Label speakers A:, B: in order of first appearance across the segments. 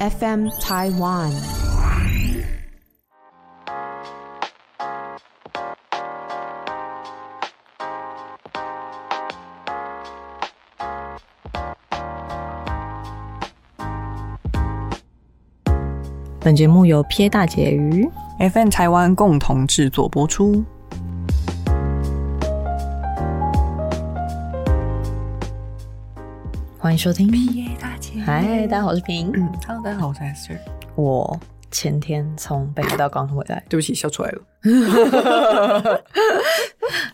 A: FM Taiwan。
B: 本节目由撇大姐鱼
C: FN 台湾共同制作播出。
B: 欢迎收听。
C: 耶，大姐
B: 嗨，大家好，我是平。
C: 嗯，Hello，大家好，我是 Esther。
B: 我前天从北海道刚回来。
C: 对不起，笑出来了。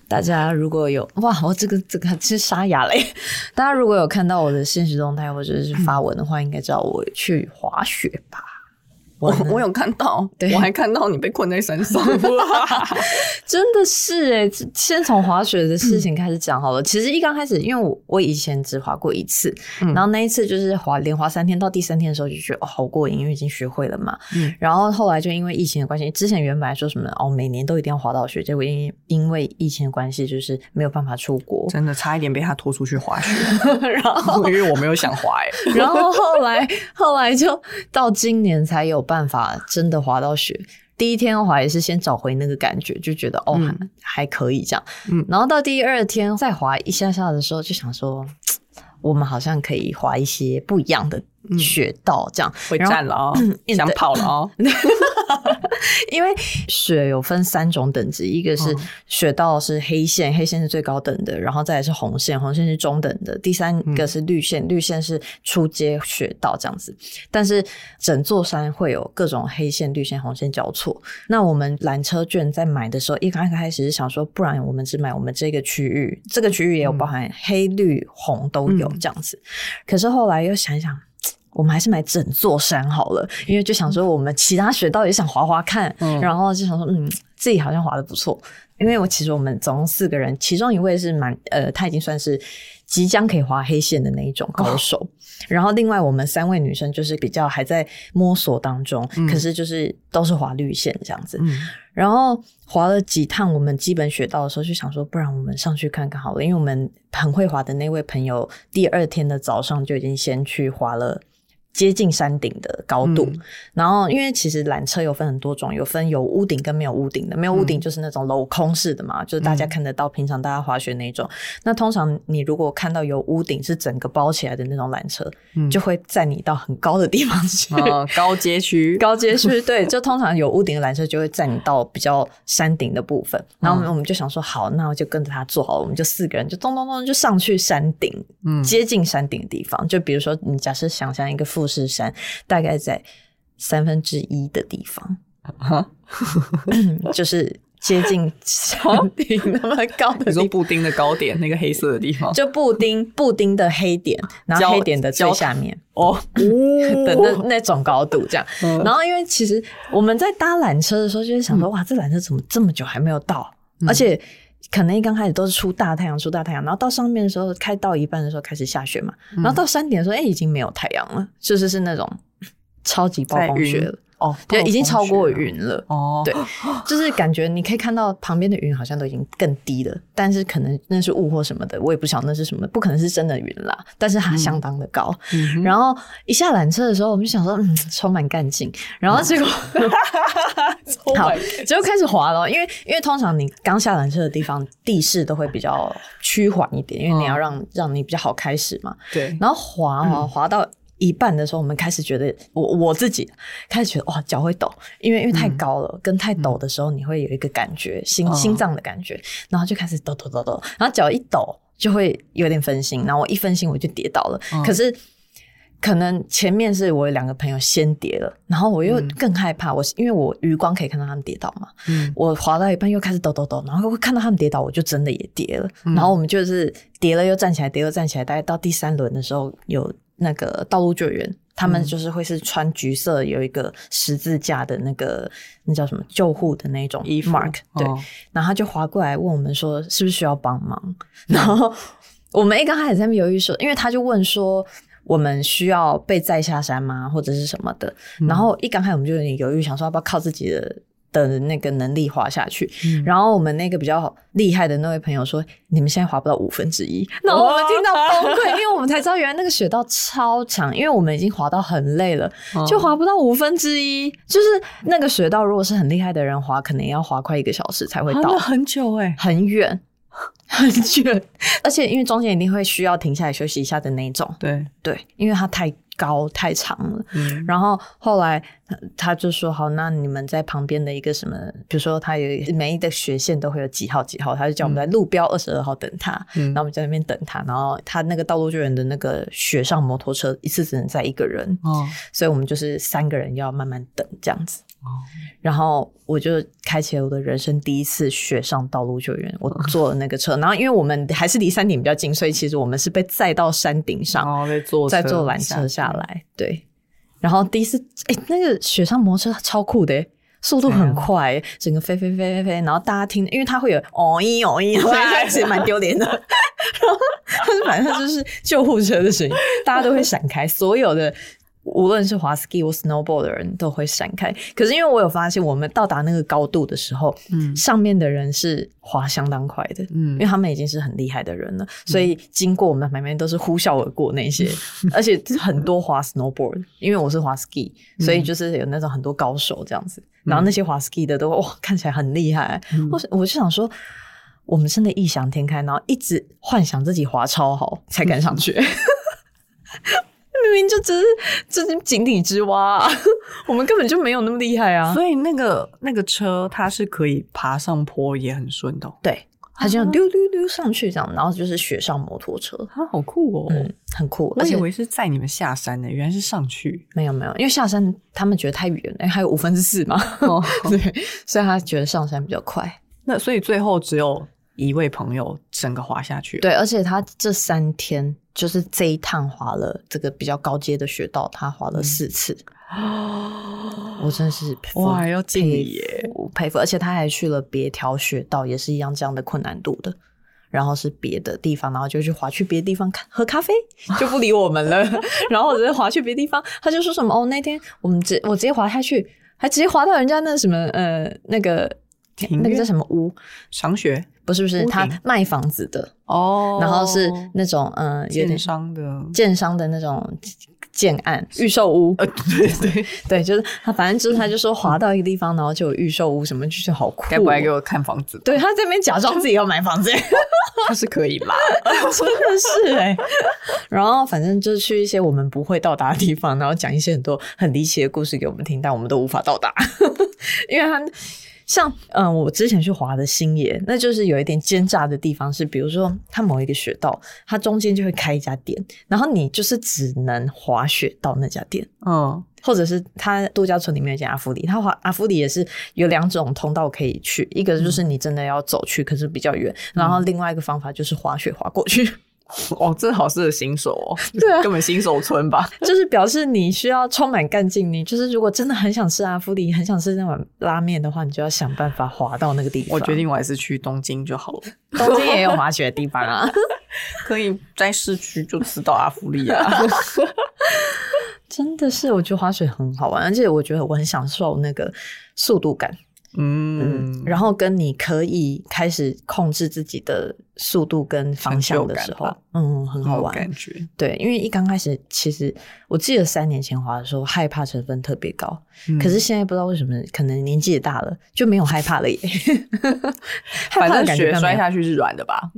B: 大家如果有哇，我这个这个是沙哑嘞。 大家如果有看到我的现实动态或者是发文的话，应该知道我去滑雪吧。
C: 我我有看 到，
B: 对
C: 我还看到你被困在山上。 哇
B: 真的是哎、这先从滑雪的事情开始讲好了。其实一刚开始，因为我我以前只滑过一次，
C: 嗯
B: 然后那一次就是滑连滑三天，到第三天的时候就觉得哦好过瘾，因为已经学会了嘛。
C: 嗯
B: 然后后来就因为疫情的关系，之前原本还说什么哦每年都一定要滑到雪，结果因因为疫情的关系，就是没有办法出国。
C: 真的差一点被他拖出去滑雪，
B: 然后
C: 因为我没有想滑、 欸。
B: 然后后来后来就到今年才有办法真的滑到雪。第一天滑也是先找回那个感觉，就觉得哦、
C: 嗯
B: 还还可以这样。
C: 嗯
B: 然后到第二天再滑一下下的时候，就想说。我们好像可以滑一些不一样的
C: 嗯
B: 雪道，这样、
C: 会站了哦，
B: 嗯
C: 想跑了哦。
B: 因为雪有分三种等级，一个是
C: 嗯
B: 雪道是黑线，黑线是最高等的，然后再来是红线，红线是中等的，第三个是绿线，绿线是初阶雪道这样子。但是整座山会有各种黑线、绿线、红线交错。那我们缆车券在买的时候，一刚开始是想说，不然我们只买我们这个区域，这个区域也有包含黑、绿、红都有
C: 嗯
B: 这样子。可是后来又想一想。我们还是买整座山好了，因为就想说我们其他雪道也想滑滑看，
C: 嗯
B: 然后就想说，嗯，自己好像滑的不错，因为我其实我们总共四个人，其中一位是蛮呃，他已经算是即将可以滑黑线的那一种高手，然后另外我们三位女生就是比较还在摸索当中，
C: 嗯
B: 可是就是都是滑绿线这样子，
C: 嗯
B: 然后滑了几趟我们基本学到的时候，就想说，不然我们上去看看好了，因为我们很会滑的那位朋友，第二天的早上就已经先去滑了。接近山顶的高度，
C: 嗯
B: 然后因为其实缆车有分很多种，有分有屋顶跟没有屋顶的，没有屋
C: 嗯
B: 顶就是那种镂空式的嘛，就是大家看得到，平常大家滑雪那种。那通常你如果看到有屋顶是整个包起来的那种缆车，
C: 嗯
B: 就会载你到很高的地方去。
C: 啊，高街区，
B: 高阶 是对，就通常有屋顶的缆车就会载你到比较山顶的部分，然后
C: 嗯
B: 我们我们就想说，好，那我就跟着他做好了，我们就四个人就咚咚咚就上去山顶，
C: 嗯
B: 接近山顶的地方，就比如说你假设想象一个富士山，大概在三分之一的地方，嗯
C: 啊
B: 就是接近山顶那么高的
C: 你说
B: 地方。
C: 布丁的高点那个黑色的地方，
B: 就布丁，布丁的黑点，然后
C: 焦
B: 黑点的最
C: 焦
B: 下面，
C: 哦，
B: 的那那种高度这样。
C: 嗯
B: 然后因为其实我们在搭缆车的时候，就是想说，哇，这缆车怎么这么久还没有到？
C: 嗯
B: 而且可能一刚开始都是出大太阳，出大太阳，然后到上面的时候，开到一半的时候开始下雪嘛，
C: 嗯
B: 然后到山顶的时候，哎、已经没有太阳了，就是是那种 超级暴
C: 在
B: 风雪
C: 云
B: 了，
C: 哦，
B: 就已经超过
C: 暴风雪
B: 云了。
C: 哦，
B: 对，就是感觉你可以看到旁边的云好像都已经更低了，但是可能那是雾或什么的，我也不晓得那是什么，不可能是真的云啦，但是它相当的高。
C: 嗯
B: 然后一下缆车的时候，我们就想说，嗯，充满干劲。然后结果、
C: 哼，
B: 好
C: Oh my God，
B: 结果开始滑了，因为因为通常你刚下缆车的地方地势都会比较趋缓一点，因为你要让、让你比较好开始嘛。
C: 对，嗯
B: 然后滑滑滑到一半的时候，我们开始觉得，我我自己开始觉得哇，脚会抖，因为因为太高了，跟太陡的时候，你会有一个感觉，心
C: 嗯
B: 心脏的感觉，然后就开始抖抖抖抖，然后脚一抖就会有点分心，然后我一分心我就跌倒了，
C: 嗯
B: 可是。可能前面是我有两个朋友先跌了，然后我又更害怕，我因为我余光可以看到他们跌倒嘛，
C: 嗯
B: 我滑到一半又开始抖抖抖，然后看到他们跌倒，我就真的也跌了。
C: 嗯
B: 然后我们就是跌了又站起来，跌了又站起来。大概到第三轮的时候，有那个道路救援，他
C: 嗯
B: 们就是会是穿橘色有一个十字架的那个那叫什么救护的那种
C: 衣服
B: mark，对，
C: 哦
B: 然后他就滑过来问我们说是不是需要帮忙， 然后我们一刚开始在那边犹豫说，因为他就问说。我们需要被载下山吗，或者是什么的？然后一刚开始我们就有点犹豫，想说要不要靠自己的的那个能力滑下去。
C: 嗯
B: 然后我们那个比较厉害的那位朋友说：“你们现在滑不到五分之一。”那我们听到崩溃，因为我们才知道原来那个雪道超长，因为我们已经滑到很累了，
C: 嗯哦
B: 就滑不到五分之一。就是那个雪道，如果是很厉害的人滑，可能也要滑快一个小时才会
C: 滑
B: 到
C: 了，很久哎、
B: 很远。很远，而且因为中间一定会需要停下来休息一下的那一种，
C: 对，
B: 对，因为它太高太长了。
C: 嗯，
B: 然后后来呃他就说：“好，那你们在旁边的一个什么，比如说他有每一个学线都会有几号几号，他就叫我们在路标二十二号等他。
C: 嗯
B: 然后我们在那边等他，然后他那个道路救援的那个雪上摩托车一次只能载一个人，
C: 哦，
B: 所以我们就是三个人要慢慢等这样子。
C: 哦
B: 然后我就开启了我的人生第一次雪上道路救援，我坐了那个车，然后因为我们还是离山顶比较近，所以其实我们是被载到山顶上，
C: 然后再坐
B: 再
C: 车
B: 坐缆
C: 下
B: 车下来，对。然后第一次，哎、那个雪上摩托车超酷的、欸速度很
C: 啊
B: 快、欸整个飞飞飞飞飞，然后大家听，因为它会有哦一哦一，所以它其实蛮丢脸的。然后，但是反正就是救护车的声音，大家都会闪开，所有的无论是滑 ski 或 snowboard 的人都会闪开。可是因为我有发现，我们到达那个高度的时候，
C: 嗯
B: 上面的人是滑相当快的，因
C: 嗯
B: 为，他们已经是很厉害的人了，所以经过我们的旁边都是呼啸而过那些， 而且很多滑 snowboard，因为我是滑 ski，所
C: 嗯
B: 以就是有那种很多高手这样子，然后那些滑 ski 的都哇看起来很厉害，
C: 嗯
B: 我我就想说。我们真的异想天开，然后一直幻想自己滑超好才敢上 去，明明就只是这是井底之蛙、 啊，我们根本就没有那么厉害啊！
C: 所以那个那个车它是可以爬上坡也很顺的哦、
B: 对，他就这样
C: 啊
B: 溜溜溜上去这样，然后就是雪上摩托车，
C: 它好酷哦！
B: 嗯，很酷，
C: 我
B: 而且
C: 以为是载你们下山呢、原来是上去。
B: 没有没有，因为下山他们觉得太远了，因为哎还有五分之四嘛，
C: 哦，
B: 对，所以他觉得上山比较快。
C: 那所以最后只有一位朋友整个滑下去。，
B: 对，而且他这三天就是这一趟滑了这个比较高阶的雪道，他滑
C: 嗯
B: 了四次，我真的是佩服
C: 哇要敬礼
B: 佩
C: 耶
B: 服佩服，而且他还去了别条雪道，也是一样这样的困难度的。然后是别的地方，然后就去滑去别的地方看喝咖啡，就不理我们 了。然后我直接滑去别的地方，他就说什么哦，那天我们直我直接滑下去，还直接滑到人家那什么呃那个
C: 庭
B: 那个
C: 院
B: 叫什么屋，
C: 赏雪
B: 不是不是
C: 屋
B: 他
C: 顶
B: 卖房子的，哦
C: 哦
B: 然后是那种嗯、呃、有
C: 建
B: 点
C: 商的，
B: 建商的那种建案预售屋，
C: 呃，对 对，
B: 对，就是他反正就是他就说滑到一个地方，然后就有预售屋什么，就是好酷、哦。
C: 该不会给我看房子吧？
B: 对他这边假装自己要买房子，
C: 他是可以吧？
B: 真的是哎、然后反正就是去一些我们不会到达的地方，然后讲一些很多很离奇的故事给我们听，但我们都无法到达， 因为他像嗯、呃我之前去滑的星野，那就是有一点奸诈的地方是，比如说它某一个雪道，它中间就会开一家店，然后你就是只能滑雪到那家店。
C: 嗯，
B: 或者是它度假村里面有一间阿芙里，它华阿芙里也是有两种通道可以去，一个就是你真的要走去，可是比较远，然后另外一个方法就是滑雪滑过去，
C: 哦，这好适合新手哦，
B: 对啊
C: 根本新手村吧？
B: 就是啊表示你需要充满干劲。你就是如果真的很想吃阿芙里，很想吃那碗拉面的话，你就要想办法滑到那个地方。
C: 我 决定我还是去东京就好了，
B: 东京也有滑雪的地方啊，
C: 可以在市区就吃到阿芙利亚。
B: 真的是我觉得滑雪很好玩，而且我觉得我很享受那个速度感。嗯
C: 嗯，，
B: 然后跟你可以开始控制自己的速度跟方向的时
C: 成就
B: 候
C: 感吧，
B: 嗯，很好
C: 有
B: 玩。
C: 感觉，
B: 对，因为一刚开始，其实我记得三年前滑的时候，害怕成分特别高，
C: 嗯
B: 可是现在不知道为什么，可能年纪也大了，就没有害怕了 耶。害怕
C: 反
B: 的
C: 正
B: 感觉
C: 雪
B: 倒没
C: 摔
B: 有，
C: 下去是软的吧？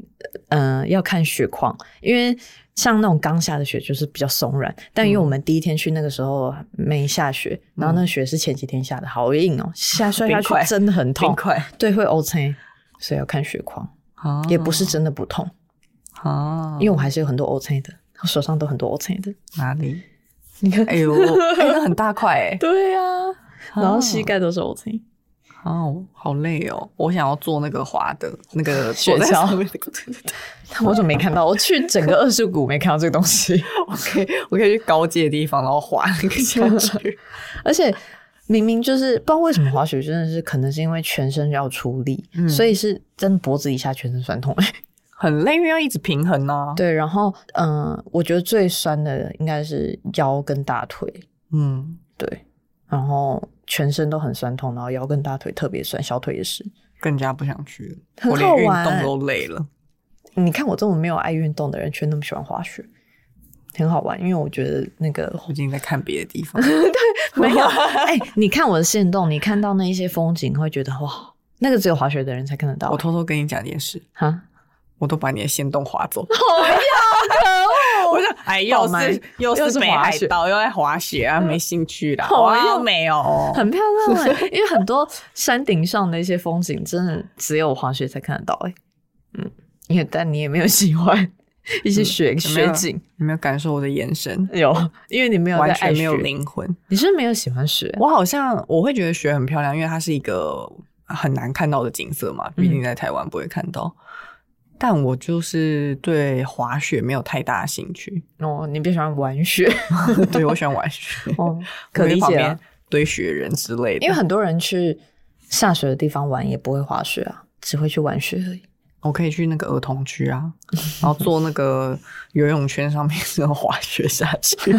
B: 嗯、要看雪况，因为像那种刚下的雪就是比较松软，但因为我
C: 嗯
B: 们第一天去那个时候没下雪，然后那个雪是前几天下的，好硬哦，下摔下
C: 冰块
B: 去真的很
C: 冰
B: 痛。
C: 块
B: 对，会 O C，所以要看血框，
C: 啊
B: 也不是真的不痛，
C: 啊，
B: 因为我还是有很多 O C 的，我手上都很多 O C 的。
C: 哪里？
B: 你 看，
C: 哎呦，哎那很大块哎，
B: 对呀、然后膝盖都是 O C，
C: 哦，好累哦，我想要做那个滑的那个
B: 雪
C: 坐在
B: 橇
C: 上面那个对对对
B: 我怎么没看到？我去整个二十谷没看到这个东西，
C: 我可以我可以去高阶的地方，然后滑那个下去。
B: 而且。明明就是不知道为什么滑雪真的是，可能是因为全身要出力，
C: 嗯
B: 所以是真的脖子以下全身酸痛、
C: 很累，因为要一直平衡呐、啊。，
B: 对，然后嗯、呃我觉得最酸的应该是腰跟大腿，
C: 嗯，
B: 对，然后全身都很酸痛，然后腰跟大腿特别酸，小腿也是。
C: 更加不想去了，
B: 很
C: 我连
B: 好
C: 运
B: 玩
C: 动都累了。
B: 你看我这么没有爱运动的人，却那么喜欢滑雪，很好玩。因为我觉得那 个
C: 最近在看别的地方，
B: 没有，哎、你看我的线动，你看到那一些风景，会觉得哇，那个只有滑雪的人才看得到、
C: 我偷偷跟你讲件事，
B: 哈，
C: 我都把你的线动划 走。
B: 可恶！
C: 我想，哎，又
B: 好吗
C: 是又
B: 又
C: 是
B: 是
C: 北
B: 滑
C: 海
B: 雪
C: 道，又在滑雪啊，没兴趣啦。
B: 好
C: 哇，
B: 用
C: 没有 哦，
B: 很漂亮哎、因为很多山顶上的一些风景，真的只有滑雪才看得到哎、嗯，因为但你也没有喜欢一些雪、
C: 嗯没有
B: 雪景，
C: 有没有感受我的眼神？
B: 有，因为你没有在
C: 完
B: 爱
C: 全没有
B: 雪
C: 灵魂。
B: 你是不是没有喜欢雪？
C: 我好像我会觉得雪很漂亮，因为它是一个很难看到的景色嘛，
B: 嗯
C: 毕竟在台湾不会看到。但我就是对滑雪没有太大的兴 趣，
B: 哦，你比较喜欢玩 雪
C: 对我喜欢玩雪，
B: 哦，
C: 我
B: 可
C: 跟
B: 理
C: 旁
B: 解、
C: 边
B: 啊，
C: 堆雪人之类的。
B: 因为很多人去下雪的地方玩也不会滑雪啊，只会去玩雪而已。
C: 我可以去那个儿童区啊，然后坐那个游泳圈上面那个滑雪下去。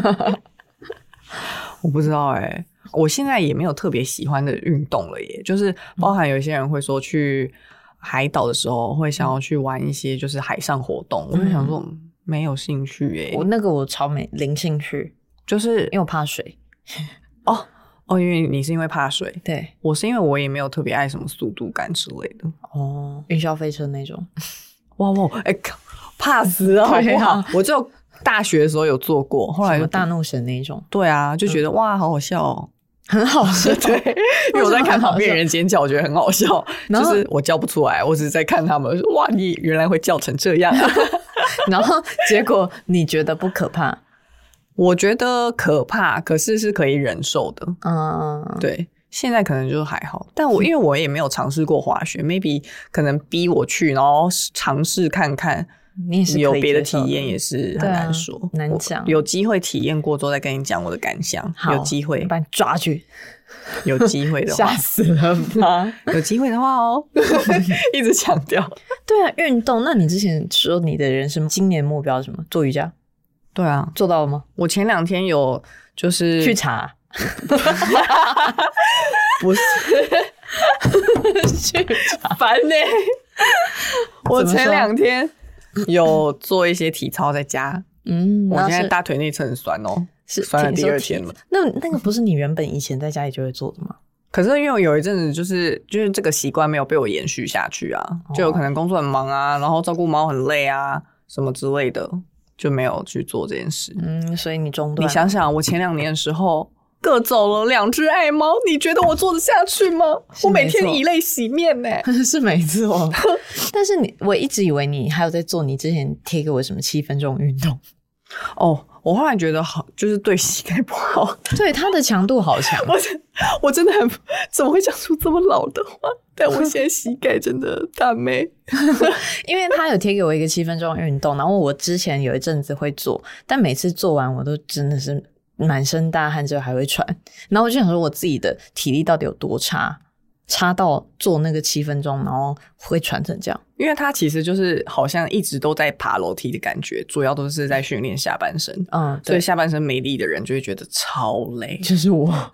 C: 我不知道哎、我现在也没有特别喜欢的运动了耶，就是包含有一些人会说去海岛的时候会想要去玩一些就是海上活动，我就想说嗯没有兴趣耶、
B: 我那个我超没零兴趣，
C: 就是
B: 因为我怕水。
C: 哦哦，因为你是因为怕水，
B: 对，
C: 我是因为我也没有特别爱什么速度感之类的。
B: 哦，云霄飞车那种，
C: 哇哇，哎、 靠怕死了好
B: 对
C: 不好？
B: 啊
C: 我只有大学的时候有做过，后来
B: 什
C: 就
B: 么大怒神那种，
C: 对啊，就觉得、哇，好好笑、哦。
B: 很好 吃。
C: 对， 因为我在看旁边人尖叫，我觉得很好 笑，
B: 然
C: 就
B: 后
C: 是我叫不出来，我只是在看他们。说哇，你原来会叫成这样、 啊！
B: 然后结果你觉得不可怕？
C: 我觉得可怕，可是是可以忍受的。
B: 嗯，
C: 对，现在可能就还好，但 我因为我也没有尝试过滑雪，maybe 可能逼我去，然后尝试看看。
B: 你也是可以
C: 有别的
B: 接受
C: 体验也是
B: 对
C: 很
B: 啊
C: 难说，
B: 难
C: 我
B: 讲
C: 有机会体验过之后再跟你讲我的感想。
B: 好
C: 有机会，
B: 把你抓去，
C: 有机会 的话
B: 吓，死了 吧？
C: 有机会的话 哦，一直强调。
B: 对啊，运动。那你之前说你的人生今年目标是什么？做瑜伽
C: 对啊，
B: 做到了吗？
C: 我前两天有就是
B: 去查，
C: 不是
B: 去查。
C: 烦呢、我
B: 怎么
C: 前
B: 说
C: 两天有做一些体操在家，
B: 嗯，
C: 我
B: 那
C: 现在
B: 是
C: 大腿内侧很酸哦，
B: 是
C: 酸了
B: 挺
C: 第
B: 说
C: 二
B: 体
C: 天了。
B: 那那个不是你原本以前在家里就会做的吗？
C: 可是因为我有一阵子就是就是这个习惯没有被我延续下去啊，
B: 哦
C: 就有可能工作很忙啊，然后照顾猫很累啊，什么之类的，就没有去做这件事。
B: 嗯，所以你中断。
C: 你想想，我前两年的时候各走了两只爱猫，你觉得我做得下去吗？
B: 是
C: 我每
B: 没
C: 天
B: 错
C: 以泪洗面呢、
B: 是没 错，但是你我一直以为你还有在做你之前贴给我什么七分钟运 动，
C: 哦，我后来觉得好，就是对膝盖不好。
B: 对它的强度好强，
C: 我真我真的很 怎么会讲出这么老的话？但我现在膝盖真的大妹。
B: 因为他有贴给我一个七分钟运动，然后我之前有一阵子会做，但每次做完我都真的是满身大汗之后还会喘，然后我就想说我自己的体力到底有多差，差到做那个七分钟然后会喘成这样，
C: 因为它其实就是好像一直都在爬楼梯的感觉，主要都是在训练下半身，
B: 嗯，
C: 所以
B: 对，
C: 下半身没力的人就会觉得超累。嗯
B: 就是我，哦、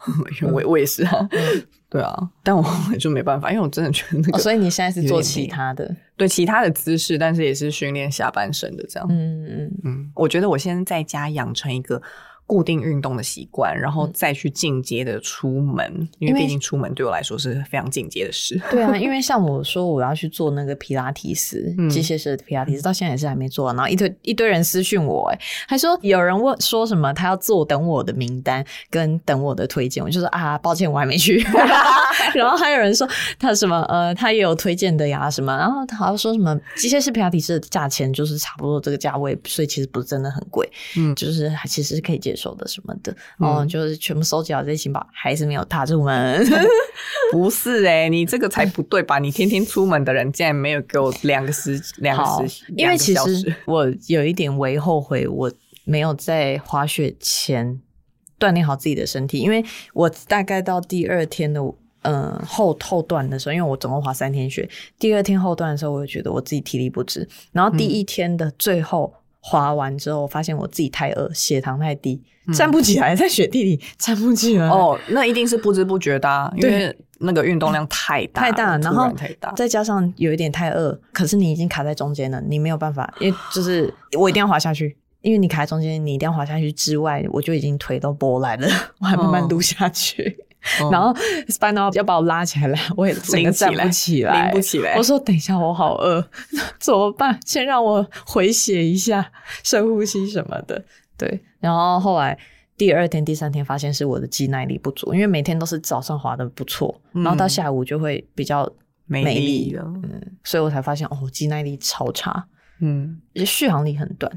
C: 我我也是啊， 对啊，但我就没办法，因为我真的觉得那个、
B: 所以你现在是
C: 有
B: 做
C: 点
B: 其
C: 累
B: 他的，
C: 对其他的姿势，但是也是训练下半身的这样。
B: 嗯嗯
C: 嗯，我觉得我先在家养成一个固定运动的习惯，然后再去进阶的出门，
B: 嗯
C: 因
B: 因
C: 为
B: 为
C: 毕竟出门对我来说是非常进阶的事。
B: 对啊，因为像我说我要去做那个皮拉提斯
C: 嗯，
B: 机械式的皮拉提斯，到现在也是还没做完。啊然后一堆一堆人私讯我、哎，还说有人问说什么他要做等我的名单跟等我的推荐，我就说啊，抱歉我还没 去。 然后还有人说他什么呃，他也有推荐的呀什么，然后他好像说什么机械式皮拉提斯的价钱就是差不多这个价位，所以其实不是真的很贵，
C: 嗯
B: 就是还其实是可以接受的什么的。然后
C: 嗯
B: 就是全部收集好这些吧，还是没有踏出门。
C: 不是哎、你这个才不对吧？你天天出门的人，竟然没有给我两个时两
B: 好
C: 个时，，
B: 因为其
C: 两个小时
B: 实我有一点为后悔，我没有在滑雪前锻炼好自己的身体，因为我大概到第二天的嗯后后段的时候，因为我总共滑三天雪，第二天后段的时候，我就觉得我自己体力不支，然后第一天的最后。滑完之后，发现我自己太饿，血糖太低，站不起来，在雪地里站不起来。
C: 哦，那一定是不知不觉的、啊，因为那个运动量太大
B: 太大，
C: 了
B: 然
C: 突
B: 后
C: 然太大。
B: 再加上有一点太饿，可是你已经卡在中间了，你没有办法，因为就是我一定要滑下去，因为你卡在中间，你一定要滑下去之外，我就已经腿都波来了，我还慢
C: 哦
B: 慢撸下去，
C: 嗯
B: 然后 spinal 要把我拉起来，我也整个
C: 拎起
B: 站
C: 来
B: 不起来，
C: 拎不起来
B: 我说等一下，我好饿， 怎么办？先让我回血一下，深呼吸什么的。对，然后后来第二天、第三天发现是我的肌耐力不足，因为每天都是早上滑的不错，然后到
C: 嗯
B: 下午就会比较
C: 没
B: 美
C: 力
B: 丽
C: 了，
B: 嗯，所以我才发现哦，肌耐力超差，
C: 嗯
B: 而且续航力很短，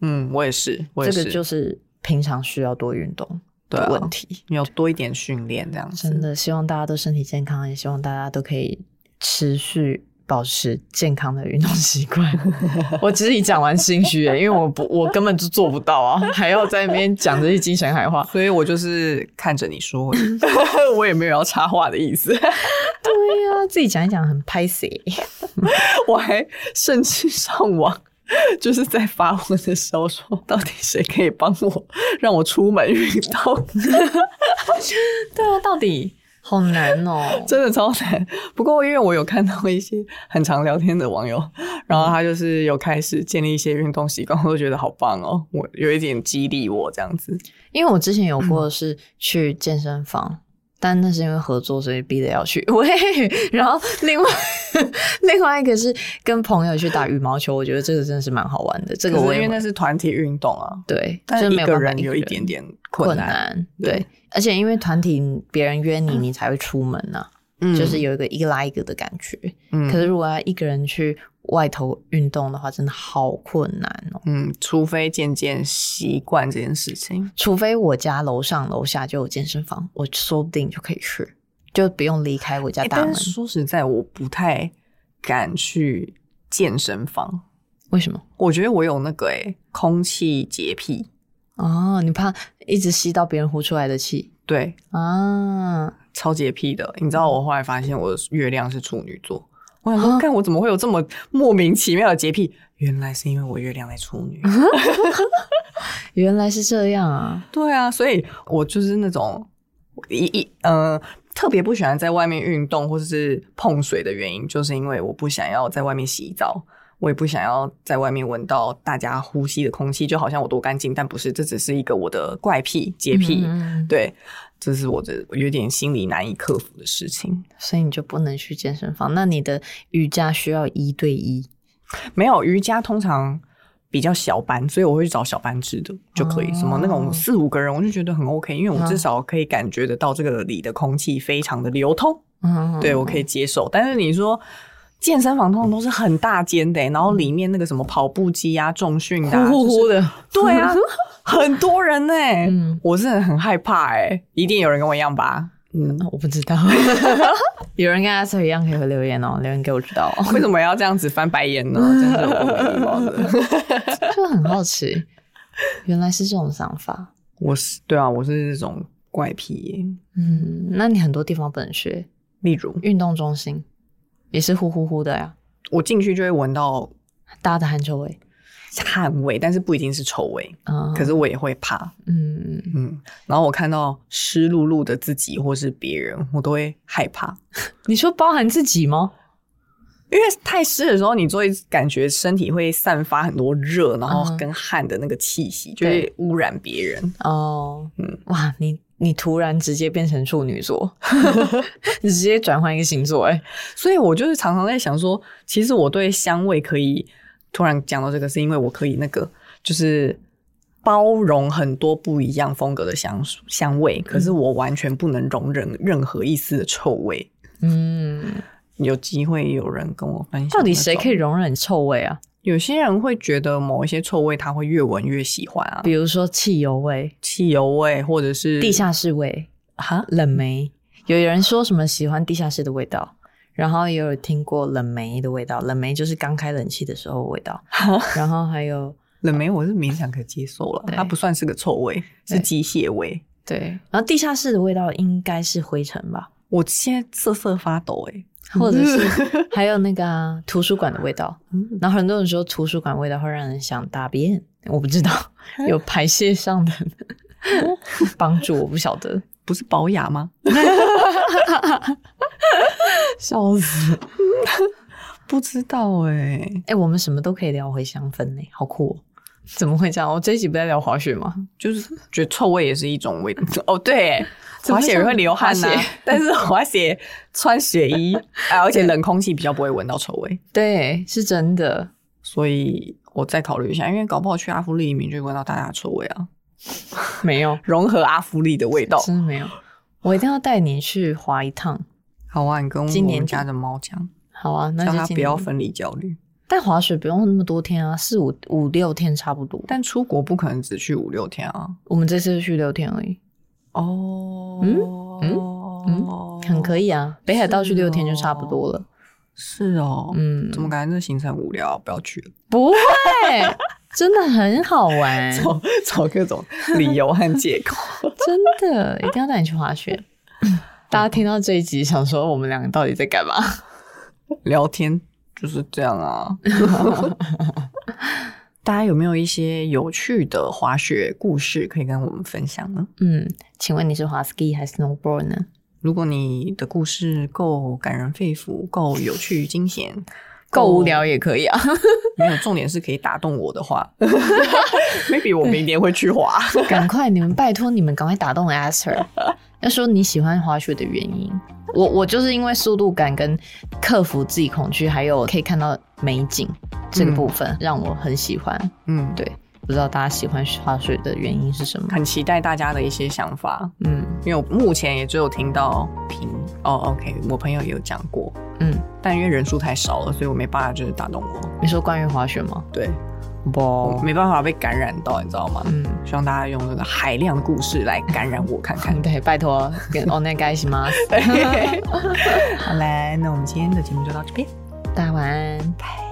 C: 嗯，我也是，我也
B: 这
C: 是，
B: 个就是平常需要多运动
C: 对
B: 的
C: 啊
B: 问题。
C: 你有多一点训练这样子，
B: 真的希望大家都身体健康，也希望大家都可以持续保持健康的运动习 惯。我其实一讲完心虚耶，因为我不，我根本就做不到啊，还要在那边讲这些精神海话。
C: 所以我就是看着你说而 已，我也没有要插话的意思，
B: 对呀、自己讲一讲很拍谁。
C: 我还甚至上网。就是在发文的时候说，到底谁可以帮我让我出门运动？
B: 对啊，到底好难哦、
C: 真的超难。不过因为我有看到一些很常聊天的网友，然后他就是有开始建立一些运动习惯，我就觉得好棒哦，我有一点激励我这样子。
B: 因为我之前有过是去健身房，但那是因为合作，所以逼得要去。 喂，然后另外 另外一个是跟朋友去打羽毛球，我觉得这个真的是蛮好玩的。这个
C: 可
B: 我
C: 是
B: 也
C: 因为那是团体运动啊，
B: 对，
C: 但
B: 就
C: 一
B: 没
C: 个
B: 办法
C: 人有
B: 一
C: 一
B: 个人
C: 点点困
B: 困
C: 难。
B: 难，
C: 对
B: 对，而且因为团体别人约你，你才会出门呐、
C: 嗯
B: 就是有一个一拉一个的感觉。
C: 嗯
B: 可是如果要一个人去外头运动的话，真的好困难哦。
C: 嗯，除非渐渐习惯这件事情。
B: 除非我家楼上楼下就有健身房，我说不定就可以去，就不用离开我家
C: 诶
B: 大门
C: 但。是说实在，我不太敢去健身房。
B: 为什么？
C: 我觉得我有那个诶、空气洁癖。
B: 哦，你怕一直吸到别人呼出来的气
C: 对，
B: 啊？
C: 超洁癖的。你知道我后来发现我的月亮是处女座，我想
B: 啊
C: 说，看我怎么会有这么莫名其妙的洁癖？原来是因为我月亮在处女。
B: 原来是这样啊！
C: 对啊，所以我就是那种一一呃特别不喜欢在外面运动或者是碰水的原因，就是因为我不想要在外面洗澡。我也不想要在外面闻到大家呼吸的空气，就好像我多干净，但不是，这只是一个我的怪癖、洁癖。
B: 嗯
C: 对，这是我的有点心理难以克服的事情。
B: 所以你就不能去健身房。那你的瑜伽需要一对一，
C: 没有瑜伽通常比较小班，所以我会去找小班制的就可以。
B: 哦
C: 什么那种四五个人，我就觉得很 OK，因为我
B: 嗯
C: 至少可以感觉得到这个里的空气非常的流通，
B: 嗯，
C: 对我可以接受。但是你说。健身房通常都是很大间的、然后里面那个什么跑步机啊、重训的、啊，就是
B: 的，
C: 对啊，很多人呢、
B: 嗯
C: 我是很害怕哎、一定有人跟我一样吧？嗯，
B: 我不知 道，有人跟阿 Sir 一样可以留言哦，留言给我知道哦，
C: 为什么要这样子翻白眼呢？真的我没礼貌的。
B: 就很好奇，原来是这种想法。
C: 我是对啊，我是这种怪癖耶。
B: 嗯，那你很多地方不能学，
C: 例如，
B: 运动中心也是呼呼呼的呀，
C: 我进去就会闻到
B: 大家的汗臭味。
C: 汗味，但是不一定是臭味，
B: 啊、
C: 可是我也会怕。
B: 嗯，
C: 嗯，然后我看到湿漉漉的自己或是别人，我都会害怕，
B: 你说包含自己吗？
C: 因为太湿的时候，你就会感觉身体会散发很多热，然后
B: 嗯
C: 跟汗的那个气息，就会污染别人。
B: 哦，
C: 嗯
B: 哇，你你突然直接变成处女座， 你直接转换一个星座、哎，
C: 所以我就是常常在想说，其实我对香味可以突然讲到这个，是因为我可以那个就是包容很多不一样风格的香水香味，可是我完全不能容忍任何一丝的臭味。
B: 嗯，
C: 有机会有人跟我分享，
B: 到底谁可
C: 以？
B: 以容忍臭味啊？
C: 有些人会觉得某一些臭味他会越闻越喜欢啊，
B: 比如说汽油味、
C: 汽油味或者是
B: 地下室味、
C: 哈，
B: 冷媒，有人说什么喜欢地下室的味道，然后也有听过冷媒的味道，冷媒就是刚开冷气的时候的味 道，然后还有
C: 冷梅我是勉强可以接受了，
B: 对
C: 它不算是个臭味，是
B: 对
C: 机械味。
B: 对，然后地下室的味道应该是灰尘吧？
C: 我现在瑟瑟发抖哎、
B: 或者 是还有那个啊、图书馆的味道。
C: 嗯
B: 然后很多人说图书馆味道会让人想大便，我不知道有排泄上 的帮助，我不晓得。
C: 不是保雅吗？
B: 笑死！
C: 不知道哎、
B: 哎、我们什么都可以聊回香氛呢、好酷、哦！怎么会这样？我这一集不在聊滑雪吗？
C: 就是觉得臭味也是一种 味道。哦，对欸，
B: 怎么
C: 滑雪人
B: 像
C: 会流汗呐、
B: 滑雪
C: 但是滑雪穿雪衣，啊，而且冷空气比较不会闻到臭味，
B: 对，是真的。
C: 所以我再考虑一下，因为搞不好去阿芙利移民就会闻到大家的臭味啊，
B: 没有，
C: 融合阿芙利的味道。
B: 真的没有。我一定要带你去滑一趟。
C: 好啊，你跟我
B: 今年
C: 们家的猫讲，
B: 好啊，那
C: 叫
B: 就
C: 它
B: 今
C: 不要
B: 年
C: 分离焦虑。
B: 但滑雪不用那么多天啊，四五五六天差不多。
C: 但出国不可能只去五六天啊。
B: 我们这次就去六天而已，
C: 哦，
B: 嗯很可
C: 以。
B: 以啊。北海道去六天就差不多了。
C: 是哦，
B: 嗯，
C: 怎么感觉这行程无聊？不要去了，
B: 不会？真的很好 玩，
C: 找找各种理由和借口。
B: 真的一定要带你去滑 雪。 大家听到这一集，想说我们两个到底在干嘛？
C: 聊天就是这样啊。 大家有没有一些有趣的滑雪故事可以跟我们分享呢？
B: 嗯，请问你是滑 ski 还是 snowboard 呢？
C: 如果你的故事够感人肺腑，够有趣惊险，
B: 够无聊也可以啊，
C: 没有，重点是可以打动我的话 ，maybe 我明年会去滑。
B: 哦赶快你们拜托你们赶快打动 Aster，要说你喜欢滑雪的原因。我我就是因为速度感跟克服自己恐惧，还有可以看到美景这个
C: 嗯
B: 部分，让我很喜欢。
C: 嗯，
B: 对，不知道大家喜欢滑雪的原因是什么？
C: 很期待大家的一些想法，
B: 嗯
C: 因为我目前也只有听到评哦，OK，我朋友也有讲过，
B: 嗯，
C: 但因为人数太少了，所以我没办法就是打动我，
B: 你说关于滑雪吗？
C: 对，我
B: 不，
C: 没办法被感染到，你知道吗？
B: 嗯，。
C: 希望大家用这个海量的故事来感染我看 看
B: 嗯对，拜托，跟 o n e g a i 吗？
C: 好嘞，那我们今天的节目就到这边，
B: 大家晚安。
C: 拜。